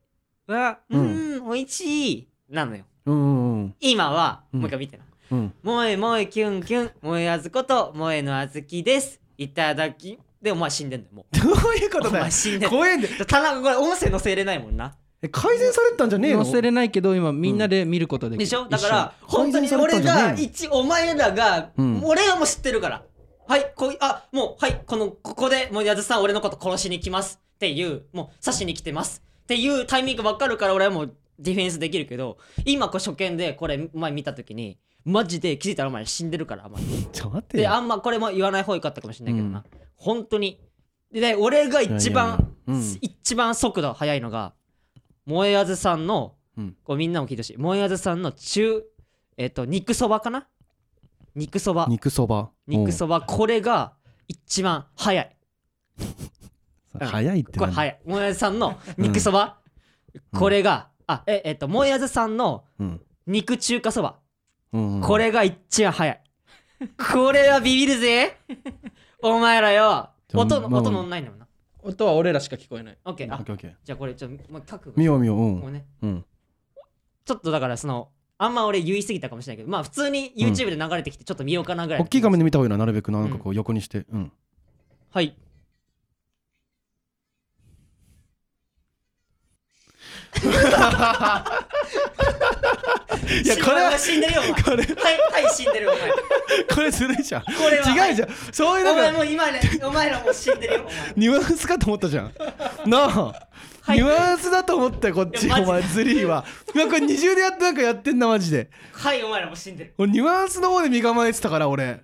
Speaker 2: わあ、う
Speaker 1: うん
Speaker 2: ーん、美味しい。なのよ。
Speaker 1: うんうん
Speaker 2: 今は、
Speaker 1: うん
Speaker 2: もう一回見てな。
Speaker 1: うん
Speaker 2: 萌え萌えキュンキュン、萌えあずこと萌えのあずきです。いただき。で、お前死んでんだよ、もう。
Speaker 1: どういうこと
Speaker 2: お
Speaker 1: だよ
Speaker 2: 前死んでんだよ。
Speaker 1: 怖えんだよ
Speaker 2: 田中、これ音声載せれないもんな。
Speaker 1: え改善されてたんじゃねえの
Speaker 3: 載せれないけど今みんなで見ることできる
Speaker 2: でしょだから、
Speaker 1: 一緒
Speaker 2: 本当に
Speaker 1: 改善された
Speaker 2: 俺
Speaker 1: んじゃねえ
Speaker 2: が、
Speaker 1: の
Speaker 2: 一、お前らが、
Speaker 1: うん
Speaker 2: 俺はもう知ってるから。はい、こい、あ、もう、はい、この、ここで、もう、やずさん、俺のこと殺しに来ます。っていう、もう、刺しに来てます。っていうタイミングばっかるから、俺はもう、ディフェンスできるけど、今、こう、初見で、これ、前見たときに、マジで気づいたらお前死んでるから、お前。
Speaker 1: ちょっと待って
Speaker 2: で、
Speaker 1: よ
Speaker 2: あんま、これも言わない方が良かったかもしれないけどな。本当に。で、俺が一番、
Speaker 1: いやいやいやうん
Speaker 2: 一番速度速いのが、萌えあずさんの、
Speaker 1: うん
Speaker 2: こうみんなも聞いてほしい萌えあずさんの中、えっと肉そばかな肉そば
Speaker 1: 肉そば
Speaker 2: 肉そばこれが一番速い
Speaker 1: ば早いって
Speaker 2: これ
Speaker 1: い
Speaker 2: 速い萌えあずさんの肉そば、これがあええっと萌えあずさんの
Speaker 1: うん
Speaker 2: 肉中華そば、
Speaker 1: うんうん
Speaker 2: これが一番速いこれはビビるぜお前らよ
Speaker 1: じゃあ
Speaker 2: 音
Speaker 1: まあ
Speaker 2: 音もないんだもんな
Speaker 3: 音は俺らしか聞こえない
Speaker 2: OK
Speaker 1: オ
Speaker 2: あ
Speaker 1: ッケーオッケー
Speaker 2: じゃあこれちょっともう覚悟
Speaker 1: 見よう見ようう
Speaker 2: もうんね
Speaker 1: うん
Speaker 2: ちょっとだからそのあんま俺言いすぎたかもしれないけどまあ普通に YouTube で流れてきてちょっと見ようかなぐらい、
Speaker 1: 大きい画面で見た方がいいななるべくななんかこう横にしてうん
Speaker 2: はい
Speaker 1: いやこれは
Speaker 2: 死んでるよお前
Speaker 1: これ
Speaker 2: はいはい死んでるお前
Speaker 1: これずるいじゃん
Speaker 2: これは
Speaker 1: 違うじゃんそういう
Speaker 2: お前
Speaker 1: なんか
Speaker 2: もう今ねお前らもう死んでるよお前
Speaker 1: ニュアンスかと思ったじゃんなあ
Speaker 2: はい
Speaker 1: ニュアンスだと思ったよこっ
Speaker 2: い
Speaker 1: ち
Speaker 2: やマジ
Speaker 1: お
Speaker 2: で
Speaker 1: 前ずるいわうわこれ二重でやってなんかやってんなマジで
Speaker 2: はいお前らもう死んでる
Speaker 1: 俺ニュアンスの方で身構えてたから俺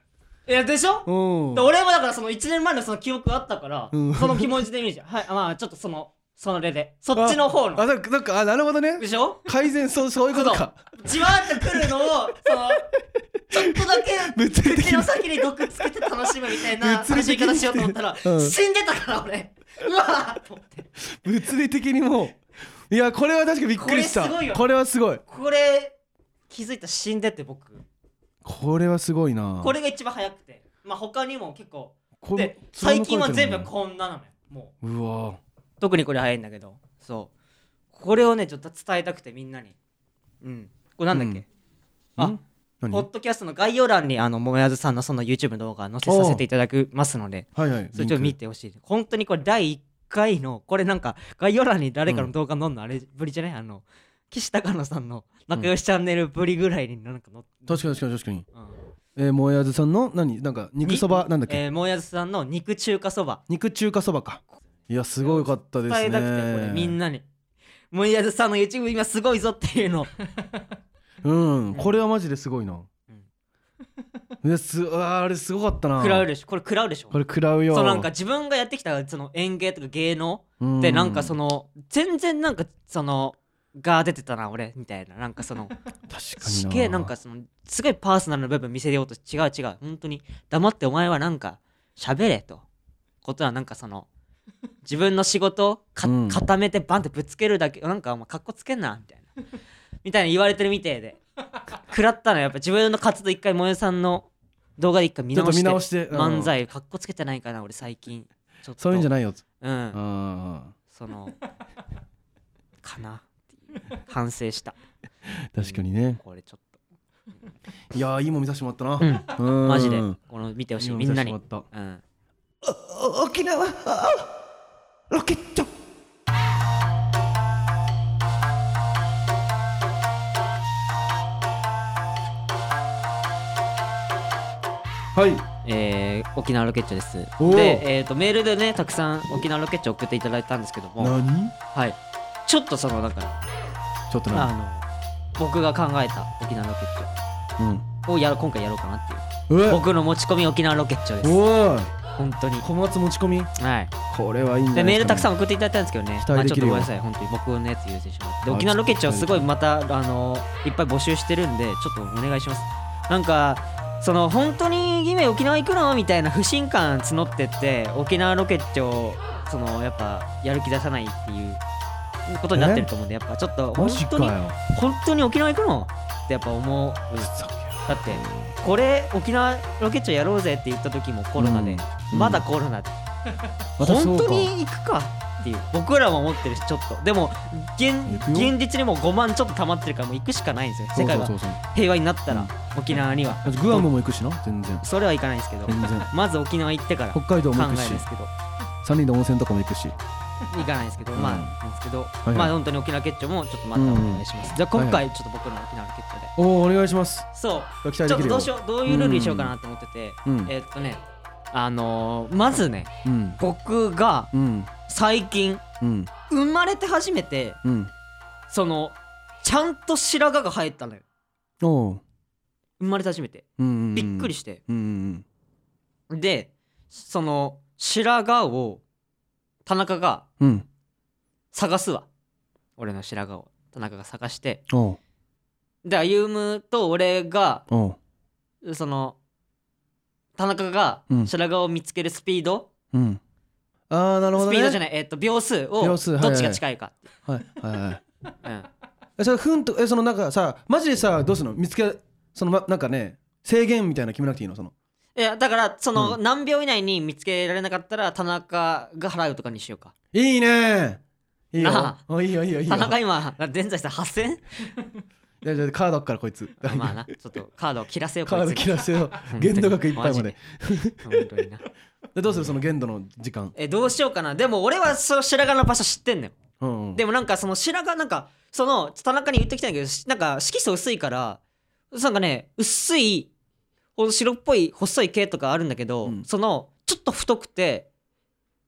Speaker 2: いやでしょ、
Speaker 1: うん
Speaker 2: で俺もだからその1年前のその記憶あったから、
Speaker 1: うん
Speaker 2: その気持ちで見るじゃんはいあまあちょっとそのそれで そっちの方
Speaker 1: あ
Speaker 2: の
Speaker 1: なんかなんかあなるほどね
Speaker 2: でしょ
Speaker 1: 改善そうそういうことか
Speaker 2: じわーっとくるのをそのちょっとだけ
Speaker 1: 物理的
Speaker 2: 口
Speaker 1: に
Speaker 2: の先に毒つけて楽しむみたいな
Speaker 1: 物
Speaker 2: 楽
Speaker 1: 理
Speaker 2: しみ
Speaker 1: 的
Speaker 2: 方
Speaker 1: に
Speaker 2: しようと思ったら、
Speaker 1: うん
Speaker 2: 死んでたから俺うわーっと思って
Speaker 1: 物理的にもういやこれは確かびっくりした
Speaker 2: これすごいよ
Speaker 1: これはすごい
Speaker 2: これ気づいたら死んでて僕
Speaker 1: これはすごいな
Speaker 2: これが一番早くてまあ他にも結構
Speaker 1: これ
Speaker 2: で最近は全部
Speaker 1: 貫か
Speaker 2: こんななのよも
Speaker 1: れてるもんうわ
Speaker 2: う特にこれ早いんだけどそうこれをねちょっと伝えたくてみんなにうんこれなんだっけ、あ
Speaker 1: ん何
Speaker 2: ポッドキャストの概要欄にあのもやずさんのその YouTube の動画載せさせていただきますので
Speaker 1: はいはい
Speaker 2: それちょっと見てほしい。本当にこれ第1回の、これなんか概要欄に誰かの動画載るのあれぶりじゃない、あの、岸高野さんの仲良しチャンネルぶりぐらいになんか載って。
Speaker 1: 確かに確かに確かに
Speaker 2: うん
Speaker 1: えー、もえあずさんの何なんか肉そばなんだっけ、
Speaker 2: えー、もやずさんの肉中華そば。
Speaker 1: 肉中華そばかいやすごいかったです
Speaker 2: 伝
Speaker 1: ね
Speaker 2: えたくて、これみんなに。もやずさんの YouTube 今すごいぞっていうの。
Speaker 1: うんこれはマジですごいな、 いやすあーあれすごかったな
Speaker 2: 食らうでしょ。これ食らうでしょ
Speaker 1: こ。れ食らうよ
Speaker 2: そうなんか自分がやってきたその演芸とか芸能
Speaker 1: う
Speaker 2: でなんかその全然なんかそのが出てたな俺みたいななんかその
Speaker 1: 確かに
Speaker 2: すげえなんかそのすごいパーソナルな部分見せようと違う違う本当に黙ってお前はなんか喋れとことはなんかその自分の仕事をか、
Speaker 1: うん
Speaker 2: 固めてバンってぶつけるだけなんかお前かっこつけんなみたいなみたいな言われてるみてえで食らったのやっぱ自分の活動一回萌えさんの動画で一回見
Speaker 1: ちょっ
Speaker 2: 直
Speaker 1: と
Speaker 2: して
Speaker 1: 見直して、うん
Speaker 2: 漫才かっこつけてないかな俺最近ちょっと
Speaker 1: そういうんじゃ
Speaker 2: ない
Speaker 1: ないよ、
Speaker 2: うん
Speaker 1: あ
Speaker 2: そのかなっていう反省した
Speaker 1: ー 確かにね
Speaker 2: これちょっと
Speaker 1: いやーいいもん見させてもらったな、
Speaker 2: うん
Speaker 1: うん
Speaker 2: マジで
Speaker 1: いいも
Speaker 2: この見てほしい
Speaker 1: ん
Speaker 2: み
Speaker 1: 見
Speaker 2: ん
Speaker 1: さ
Speaker 2: な
Speaker 1: せて
Speaker 2: に
Speaker 1: もらった
Speaker 2: うん
Speaker 1: 沖縄ロケットはい
Speaker 2: えー沖縄ロケッチョです
Speaker 1: おー
Speaker 2: で、えー、とメールでねたくさん沖縄ロケッチョ送っていただいたんですけども
Speaker 1: 何
Speaker 2: はいちょっとそのだから
Speaker 1: ちょっとな
Speaker 2: あの僕が考えた沖縄ロケッチ
Speaker 1: うん
Speaker 2: をやろう今回やろうかなっていう
Speaker 1: えお
Speaker 2: 僕の持ち込み沖縄ロケッチョです
Speaker 1: おい
Speaker 2: 本当に
Speaker 1: 小松持ち込み
Speaker 2: はい
Speaker 1: これはいいんじ
Speaker 2: で
Speaker 1: ゃな
Speaker 2: メー
Speaker 1: い
Speaker 2: ル
Speaker 1: ですか
Speaker 2: たくさん送っていただいたんですけどね
Speaker 1: 期、
Speaker 2: ま
Speaker 1: 待
Speaker 2: あ、
Speaker 1: で
Speaker 2: ちょ
Speaker 1: き
Speaker 2: っと
Speaker 1: る
Speaker 2: ご
Speaker 1: よ
Speaker 2: めんなさい、本当に僕のやつ入れてしまって、で
Speaker 1: あ
Speaker 2: 沖縄ロケッチョ、
Speaker 1: ちょっ
Speaker 2: す
Speaker 1: と
Speaker 2: ごいまたあのいっぱい募集してるんで、ちょっとお願いします。なんか、その本当に姫、沖縄行くのみたいな不信感募ってって、沖縄ロケッチョ、そのやっぱやる気出さないっていうことになってると思うんで、やっぱちょっと
Speaker 1: マ
Speaker 2: 本
Speaker 1: ジか
Speaker 2: 当に、
Speaker 1: よ
Speaker 2: 本当に沖縄行くのってやっぱ思う。
Speaker 1: ふざけや
Speaker 2: だってこれ沖縄ロケッチョやろうぜって言った時もコロナで、
Speaker 1: うん
Speaker 2: まだコロナで、
Speaker 1: またそ
Speaker 2: 本
Speaker 1: うか
Speaker 2: 当に行くかっていう僕らも思ってるしちょっとでも現
Speaker 1: 行くよ
Speaker 2: 現実にもう5万ちょっと溜まってるからもう行くしかないんですよ
Speaker 1: そ
Speaker 2: 世
Speaker 1: う
Speaker 2: 界
Speaker 1: そう
Speaker 2: が
Speaker 1: そうそう
Speaker 2: 平和になった
Speaker 1: う
Speaker 2: ら
Speaker 1: ん
Speaker 2: 沖縄には
Speaker 1: だってグアムも行くしな全然
Speaker 2: それはいかないんですけど
Speaker 1: 全然
Speaker 2: まず沖縄行ってから
Speaker 1: 北
Speaker 2: 考
Speaker 1: 海道も
Speaker 2: え
Speaker 1: 行くし
Speaker 2: ですけど
Speaker 1: 三人で温泉とかも行くし
Speaker 2: 行かないですけど、
Speaker 1: うん
Speaker 2: まあなんですけど、
Speaker 1: いはい
Speaker 2: まあ本当に沖縄ロケッチョもちょっとまたお願いします、じゃあ今
Speaker 1: は
Speaker 2: 回ちょっと僕の沖縄ロケッチョで
Speaker 1: おおお願いします
Speaker 2: そう
Speaker 1: 期待
Speaker 2: ち
Speaker 1: で
Speaker 2: ょっと
Speaker 1: きるよ
Speaker 2: どうしようどういうルールにしようかなと思ってて、
Speaker 1: うん
Speaker 2: えーっとねあのーまずね
Speaker 1: うん
Speaker 2: 僕が
Speaker 1: うん
Speaker 2: 最近
Speaker 1: うん
Speaker 2: 生まれて初めて
Speaker 1: うん
Speaker 2: そのちゃんと白髪が生えたのよ
Speaker 1: おお
Speaker 2: 生まれて初めて
Speaker 1: うん
Speaker 2: びっくり
Speaker 1: し
Speaker 2: して、
Speaker 1: うんうん
Speaker 2: でその白髪を田中が
Speaker 1: うんうん
Speaker 2: 探すわ俺の白髪を田中が探して
Speaker 1: おう
Speaker 2: で歩夢と俺が
Speaker 1: おう
Speaker 2: その田中が
Speaker 1: うん
Speaker 2: 白髪を見つけるスピード、
Speaker 1: うんああなるほど
Speaker 2: ス
Speaker 1: ね
Speaker 2: ピードじゃない、えっと秒数をど
Speaker 1: 秒
Speaker 2: っ
Speaker 1: 数はいはい
Speaker 2: ちが近いかって
Speaker 1: はいはいはい
Speaker 2: いう、うん
Speaker 1: えそれふんとえそのなんかさマジでさどうするの見つけそのまなんかね制限みたいなの決めなくていいのその
Speaker 2: いやだからその、
Speaker 1: う
Speaker 2: 何秒以内に見つけられなかったら田中が払うとかにしようか
Speaker 1: いいねいいよ
Speaker 2: な
Speaker 1: あいいよいいよいいよ
Speaker 2: 田中今現在さん 8000?
Speaker 1: いやいやカードあっからこい つ
Speaker 2: まあなちょっとカードを切らせよう
Speaker 1: カード切らせ
Speaker 2: 本
Speaker 1: よう
Speaker 2: 当に
Speaker 1: 限度額いっぱいまで
Speaker 2: 本当にな
Speaker 1: でどうするその限度の時間
Speaker 2: えどうしようかなでも俺はその白髪の場所知ってんのよ
Speaker 1: うんうん
Speaker 2: でもなんかその白髪なんかその田中に言ってきたんだけどしなんか色素薄いからなんかね薄いほんと白っぽい細い毛とかあるんだけど、
Speaker 1: うん
Speaker 2: そのちょっと太くて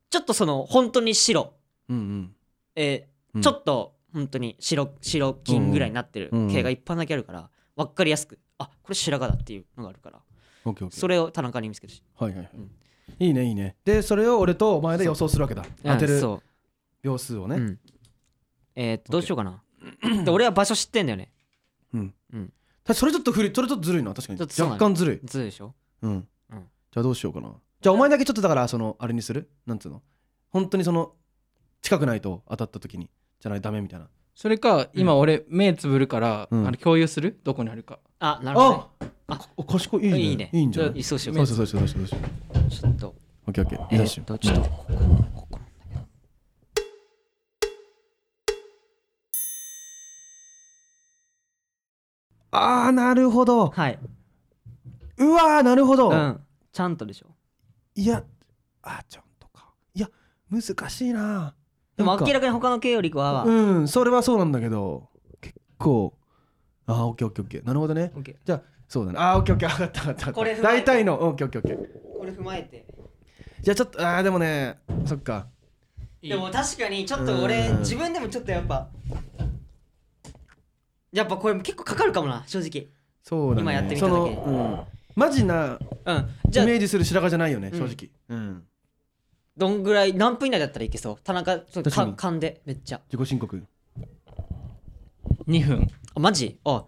Speaker 2: ちょっとその本当に白
Speaker 1: うん
Speaker 2: えー
Speaker 1: うん
Speaker 2: ちょっと本当に白白金ぐらいになってる
Speaker 1: うんうん
Speaker 2: 毛がいっぱいだけあるから分かりやすくあこれ白髪だっていうのがあるから
Speaker 1: うんオッケーオッケ
Speaker 2: それを田中に見つけて
Speaker 1: ーはいはいはい
Speaker 2: うん
Speaker 1: いいねいいねでそれを俺とお前で予想するわけだ当てる
Speaker 2: そ
Speaker 1: 秒数を
Speaker 2: う、
Speaker 1: ね
Speaker 2: んえーっとどうしようかなで俺は場所知ってんだよね
Speaker 1: たそれちょっと古いそれちょっとずるいな確かに
Speaker 2: ちょっとそうなの
Speaker 1: 若干ずるい
Speaker 2: ずるでしょ
Speaker 1: うん
Speaker 2: うん
Speaker 1: じゃあどうしようかなじゃあお前だけちょっとだからそのあれにするなんつうの本当にその近くないと当たった時にじゃないとダメみたいな
Speaker 3: それか今俺目つぶるから、
Speaker 1: うん
Speaker 3: あの共有するどこにあるか
Speaker 2: あなるほどね、
Speaker 1: あこ賢いいいね
Speaker 2: いいね
Speaker 1: いいんじゃない
Speaker 3: じ
Speaker 2: そうしよう
Speaker 1: そうそうそうそうそうそう
Speaker 2: ちょっと
Speaker 1: オッケーオッケー
Speaker 2: え
Speaker 1: 目指し
Speaker 2: ーっ
Speaker 1: よ
Speaker 2: と
Speaker 1: う
Speaker 2: ちょっとここここ
Speaker 1: ああなるほど
Speaker 2: はいう
Speaker 1: わーなるほど、
Speaker 2: うんちゃんとでしょ
Speaker 1: いやあちゃんとかいや難しいな
Speaker 2: でも
Speaker 1: なんか
Speaker 2: 明らかに他の毛よりは、
Speaker 1: うんそれはそうなんだけど結構ああオッケーオッケーオッケーなるほどね
Speaker 2: オッケー
Speaker 1: じゃあそうだねああオッケーオッケー上がった上がった上
Speaker 2: これ
Speaker 1: がっ
Speaker 2: 踏
Speaker 1: た
Speaker 2: まえて
Speaker 1: 大体のオッケーオッケーオッケー
Speaker 2: これ踏まえて
Speaker 1: じゃあちょっとああでもねそっか
Speaker 2: でも確かにちょっと俺
Speaker 1: うん
Speaker 2: 自分でもちょっとやっぱやっぱこれ結構かかるかもな正直
Speaker 1: そうだね
Speaker 2: 今やってみただけ
Speaker 1: その、うん、マジな
Speaker 2: うんじ
Speaker 1: イ
Speaker 2: ゃあ
Speaker 1: メージする白髪じゃないよね
Speaker 2: うん
Speaker 1: 正直うん
Speaker 2: どんぐらい何分以内だったらいけそう田中ちょっと
Speaker 1: 確か
Speaker 2: か
Speaker 1: に
Speaker 2: 噛んでめっちゃ
Speaker 1: 自己申告
Speaker 3: 2分
Speaker 2: あマジあ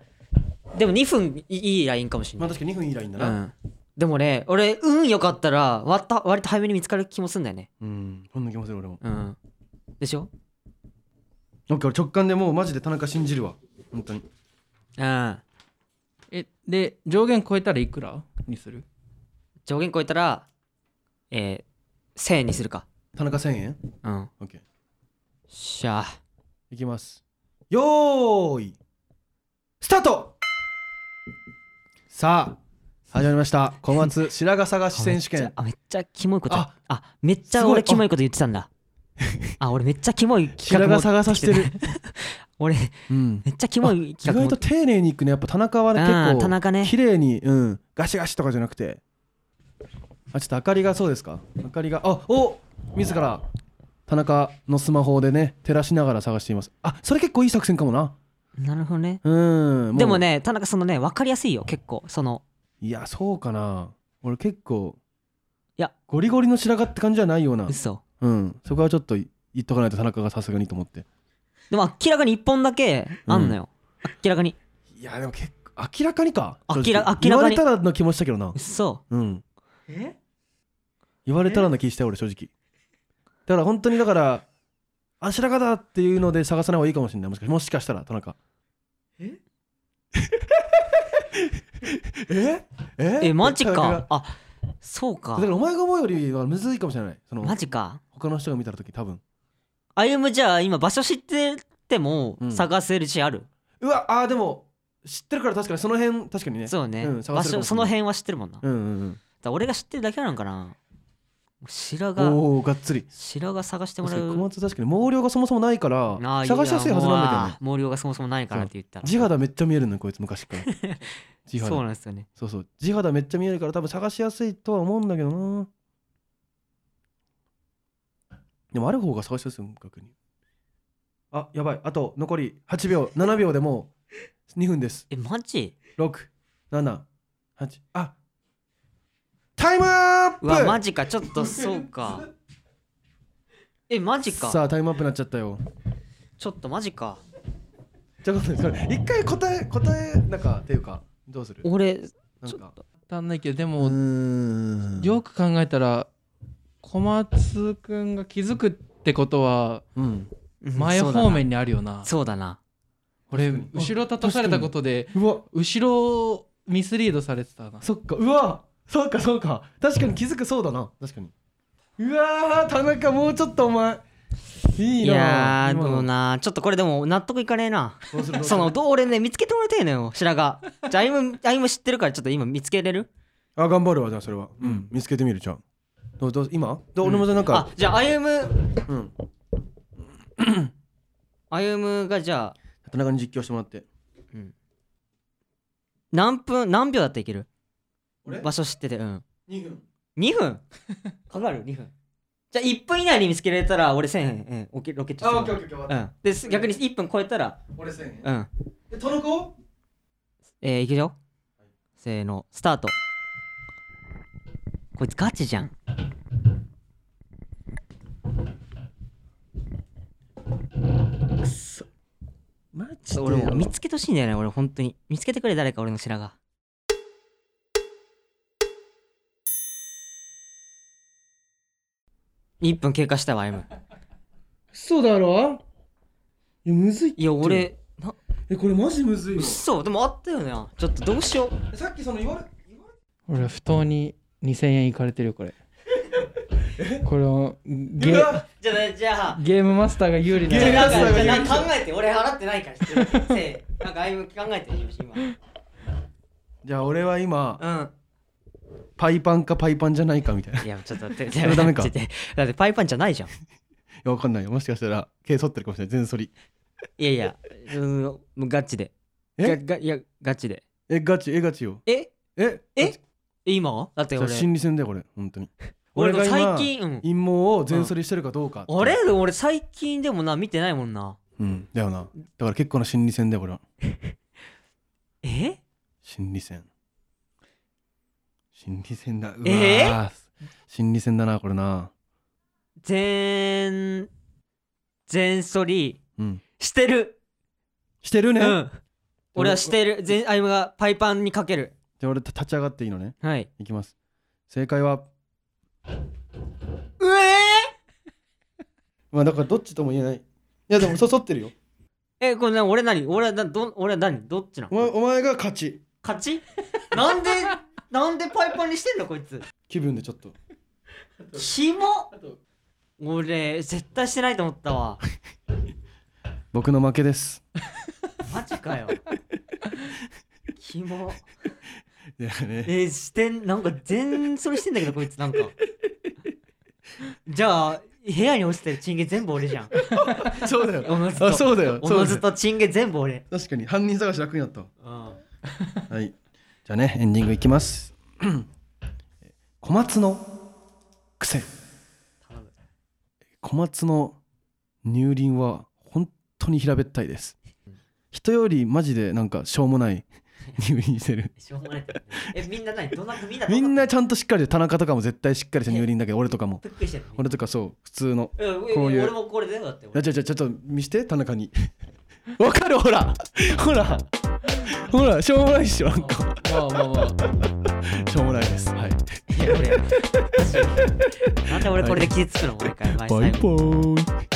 Speaker 2: でも2分いいいラインかもしれ
Speaker 1: ま
Speaker 2: な
Speaker 1: あ
Speaker 2: い、
Speaker 1: 確かに2分いいラインだ
Speaker 2: う
Speaker 1: な、
Speaker 2: ん、でもね俺運良かったら割った割と早めに見つかる気もすんだよね
Speaker 1: うん、こんな気もする俺も
Speaker 2: うんでしょ
Speaker 1: なんか俺直感でもうマジで田中信じるわ本当に
Speaker 2: うん
Speaker 3: えで上限超えたらいくらにする
Speaker 2: 上限超えたらえー、1000円にするか
Speaker 1: 田中1000円
Speaker 2: うん
Speaker 1: ?OK
Speaker 2: しゃあ
Speaker 1: いきますよーいスタートさあ始まりました小松白髪探し選手権
Speaker 2: あめっちゃあめっちゃキモいことあ
Speaker 1: あ
Speaker 2: めっちゃ
Speaker 1: すごい
Speaker 2: 俺キモいこと言ってたんだあ俺めっちゃキ モい企
Speaker 1: 白
Speaker 2: 画も
Speaker 1: 髪探さしてる、
Speaker 2: 俺
Speaker 1: うん、
Speaker 2: めっちゃキモい
Speaker 1: 意
Speaker 2: 企画
Speaker 1: 外
Speaker 2: も
Speaker 1: と丁寧にいくねやっぱ田中はね結
Speaker 2: うん田
Speaker 1: 構
Speaker 2: 中ね
Speaker 1: 綺麗に、うん、ガシガシとかじゃなくてあちょっと明かりがそうですか明かりがあお自ら田中のスマホでね照らしながら探していますあそれ結構いい作戦かもな
Speaker 2: なるほどね
Speaker 1: うんう
Speaker 2: でもね田中そのね分かりやすいよ結構その
Speaker 1: いやそうかな俺結構
Speaker 2: いや
Speaker 1: ゴリゴリの白髪って感じじゃないような
Speaker 2: 嘘
Speaker 1: うんそこはちょっと言っとかないと田中がさすがにと思って
Speaker 2: でも明らかに1本だけあんのよ、明らかに
Speaker 1: いやでも結構明らかにか
Speaker 2: 明ら
Speaker 1: 正
Speaker 2: 明
Speaker 1: 直
Speaker 2: らかに
Speaker 1: 言われたらの気もしたけどな
Speaker 2: 嘘
Speaker 1: うん言われたらの気したよ俺正直だから本当にだからあ白髪だっていうので探さない方がいいかもしれないもしかもしかしたら田中 えええ
Speaker 2: えマジ
Speaker 1: 田中が
Speaker 2: かあそう
Speaker 1: だ
Speaker 2: か
Speaker 1: からお前が思うよりはむずいかもしれないその
Speaker 2: マジか
Speaker 1: 他の人が見た時多分
Speaker 2: あゆむじゃあ今場所知ってても
Speaker 1: うん
Speaker 2: 探せるしある、
Speaker 1: うわあーでも知ってるから確かにその辺確かにね
Speaker 2: そうね、
Speaker 1: う
Speaker 2: 場
Speaker 1: ん探せるかもしれな
Speaker 2: 所
Speaker 1: い
Speaker 2: その辺は知ってるもんな、だか
Speaker 1: うんうん
Speaker 2: ら俺が知ってるだけなのかな白
Speaker 1: うん
Speaker 2: 髪
Speaker 1: おおーがっつり
Speaker 2: 白髪探しても
Speaker 1: 確
Speaker 2: ら
Speaker 1: かに小
Speaker 2: う
Speaker 1: 松確かに毛量がそもそもないから
Speaker 2: ああ
Speaker 1: 探しやすいはずなんだけどね
Speaker 2: けど、ね、毛量がそもそもないからって言ったら
Speaker 1: 地肌めっちゃ見えるのよこいつ昔から 地肌
Speaker 2: そう
Speaker 1: そ
Speaker 2: な
Speaker 1: うん
Speaker 2: ですよね
Speaker 1: そう地肌めっちゃ見えるから多分探しやすいとは思うんだけどなでもある方が探しやすいもん逆にあやばいあと残り8秒7秒でもう2分です
Speaker 2: えマジ
Speaker 1: 678あタイムアップ
Speaker 2: うわマジかちょっとそうかえマジ
Speaker 1: さ
Speaker 2: か
Speaker 1: あタイムアップになっちゃったよ
Speaker 2: ちょっとマジか
Speaker 1: じゃあそれ一回答え答えなんかっていうかどうする
Speaker 2: 俺
Speaker 1: なんか
Speaker 3: 足んないけどで
Speaker 1: う
Speaker 3: も、
Speaker 1: ーん
Speaker 3: よく考えたら小松くんが気づくってことは
Speaker 1: うん
Speaker 2: うん
Speaker 3: 前
Speaker 2: そうだな
Speaker 3: 方面にあるよな、
Speaker 2: そうだな
Speaker 3: 俺
Speaker 1: 確かに
Speaker 3: 後ろ立たされたことで
Speaker 1: うわ
Speaker 3: 後ろをミスリードされてたな
Speaker 1: そっかうわそうかそうか確かに気づくそうだな確かにうわー田中もうちょっとお前いい
Speaker 2: い
Speaker 1: な
Speaker 2: やーで
Speaker 1: 今の
Speaker 2: もなちょっとこれでも納得いかねえな
Speaker 1: どうするどうす
Speaker 2: そ
Speaker 1: る
Speaker 2: のどう俺ね見つけてもらいたいのよ白髪じゃあ歩む歩む知ってるからちょっと今見つけれる
Speaker 1: あ頑張るわじゃあそれはうん見つけてみるじゃんどうどう今どう俺もじゃあなん
Speaker 2: あ
Speaker 1: か
Speaker 2: じゃあ歩む
Speaker 1: うん
Speaker 2: 歩むがじゃあ
Speaker 1: 田中に実況してもらって
Speaker 2: 何分何秒だったらいける
Speaker 1: 俺
Speaker 2: 場所知っててうん
Speaker 1: 2分
Speaker 2: 2分 かかる2分じゃあ1分以内に見つけられたら俺1000円、うん、ロケロケット
Speaker 1: あオッ
Speaker 2: し
Speaker 1: ケ
Speaker 2: て
Speaker 1: ー
Speaker 2: る
Speaker 1: オ
Speaker 2: う
Speaker 1: ッケーオッケー
Speaker 2: んです逆に1分超えたら
Speaker 1: 俺せん
Speaker 2: うん
Speaker 1: えトノコ
Speaker 2: えー、いくよせーのスタートこいつガチじゃん
Speaker 1: マジ
Speaker 2: 俺もう見つけてほしいんだよね俺本当に見つけてくれ誰か俺の白髪1分経過したわ M
Speaker 1: 嘘だろいやむずい
Speaker 2: いや俺な
Speaker 1: えこれマジむずいわ
Speaker 2: 嘘でもあったよなちょっとどうしよう
Speaker 1: さっきその言われ言わ
Speaker 3: 俺不当に2000円いかれてるよこ れこれを
Speaker 1: れ
Speaker 3: ゲ
Speaker 1: うわ
Speaker 2: じゃあじゃあ
Speaker 3: ゲームマスターが有利だ
Speaker 1: ゲーム
Speaker 3: よ
Speaker 1: マスターが
Speaker 2: なんか考えて俺払ってないからせ ーなんか M 考えて今
Speaker 1: じゃあ俺は今
Speaker 2: うん
Speaker 1: パイパンかパイパンじゃないか みたいない
Speaker 2: やちょっと待って
Speaker 1: れダメか
Speaker 2: ちょっと待って だってパイパンじゃないじゃん
Speaker 1: やわかんないよもしかしたら毛剃ってるかもしれない全剃り
Speaker 2: いやいや、うん、もうガチで。
Speaker 1: え
Speaker 2: ががいや、ガチで。
Speaker 1: えガチえガチよ
Speaker 2: え
Speaker 1: え
Speaker 2: え今だって
Speaker 1: じゃあ
Speaker 2: 俺。
Speaker 1: 心理戦だよこれ本当に
Speaker 2: 俺
Speaker 1: が今
Speaker 2: 最近、うん。
Speaker 1: 陰謀を全剃りしてるかどうか
Speaker 2: あれ俺最近でもな、見てないもんな。
Speaker 1: うんだよなだから結構な心理戦だよこれは
Speaker 2: え
Speaker 1: 心理戦心理戦だうわー、
Speaker 2: え
Speaker 1: 心理戦だなこれな
Speaker 2: 全、全剃り
Speaker 1: うん
Speaker 2: してる。
Speaker 1: してる
Speaker 2: う
Speaker 1: ね、
Speaker 2: ん。俺はしてる。全、あいがパイパンにかける。
Speaker 1: じゃあ俺立ち上がっていいのね
Speaker 2: はい。
Speaker 1: いきます正解は
Speaker 2: うえ
Speaker 1: まあだからどっちとも言えないいやでもそそってるよ
Speaker 2: ー、え、これな、俺何俺はな、ど、俺は何どっちな
Speaker 1: お前
Speaker 2: の
Speaker 1: お前が勝ち
Speaker 2: 勝ち なんで、なんでパイパンにしてんのこいつ。
Speaker 1: 気分でちょっと
Speaker 2: キモ俺、絶対してないと思ったわ。
Speaker 1: 僕の負けです
Speaker 2: マジ かよ。キモ。
Speaker 1: いやね
Speaker 2: えー、してん、なんか全それしてんだけど、こいつなんか。じゃあ、部屋に落ちてるチンゲ全部俺じゃん。
Speaker 1: そうだよ
Speaker 2: おのず
Speaker 1: あ
Speaker 2: と。
Speaker 1: そうだよ
Speaker 2: お
Speaker 1: そう
Speaker 2: の
Speaker 1: だ
Speaker 2: ず
Speaker 1: よ
Speaker 2: とチンゲ全部俺。
Speaker 1: 確かに犯人探し楽になったわ
Speaker 2: うん。
Speaker 1: はいじゃあねエンディングいきます 小松の癖
Speaker 2: 頼む
Speaker 1: 小松の乳輪は本当に平べったいです人よりマジでなんかしょうもない 匂いにしてる
Speaker 2: しょうもないってことね。え、みんな何どんなみんなど
Speaker 1: みんなち
Speaker 2: ゃん
Speaker 1: ゃんとしっかり田中とかも絶対しっかりした乳輪だけど俺とかも
Speaker 2: ぷっくりしてる。
Speaker 1: 俺とかそう普通の
Speaker 2: うん、
Speaker 1: こ
Speaker 2: こ
Speaker 1: う
Speaker 2: う
Speaker 1: い
Speaker 2: いうう。俺もこれ全部だって。
Speaker 1: いやちょちょちょっと見して田中に わかるほらほらほらしょうもないっしょなんか
Speaker 3: まあまあまあ
Speaker 1: しょうもないですは
Speaker 2: い
Speaker 1: い
Speaker 2: や俺マジでなんで俺これで傷つくの毎回毎
Speaker 1: バイバ
Speaker 2: 回。
Speaker 1: ーイ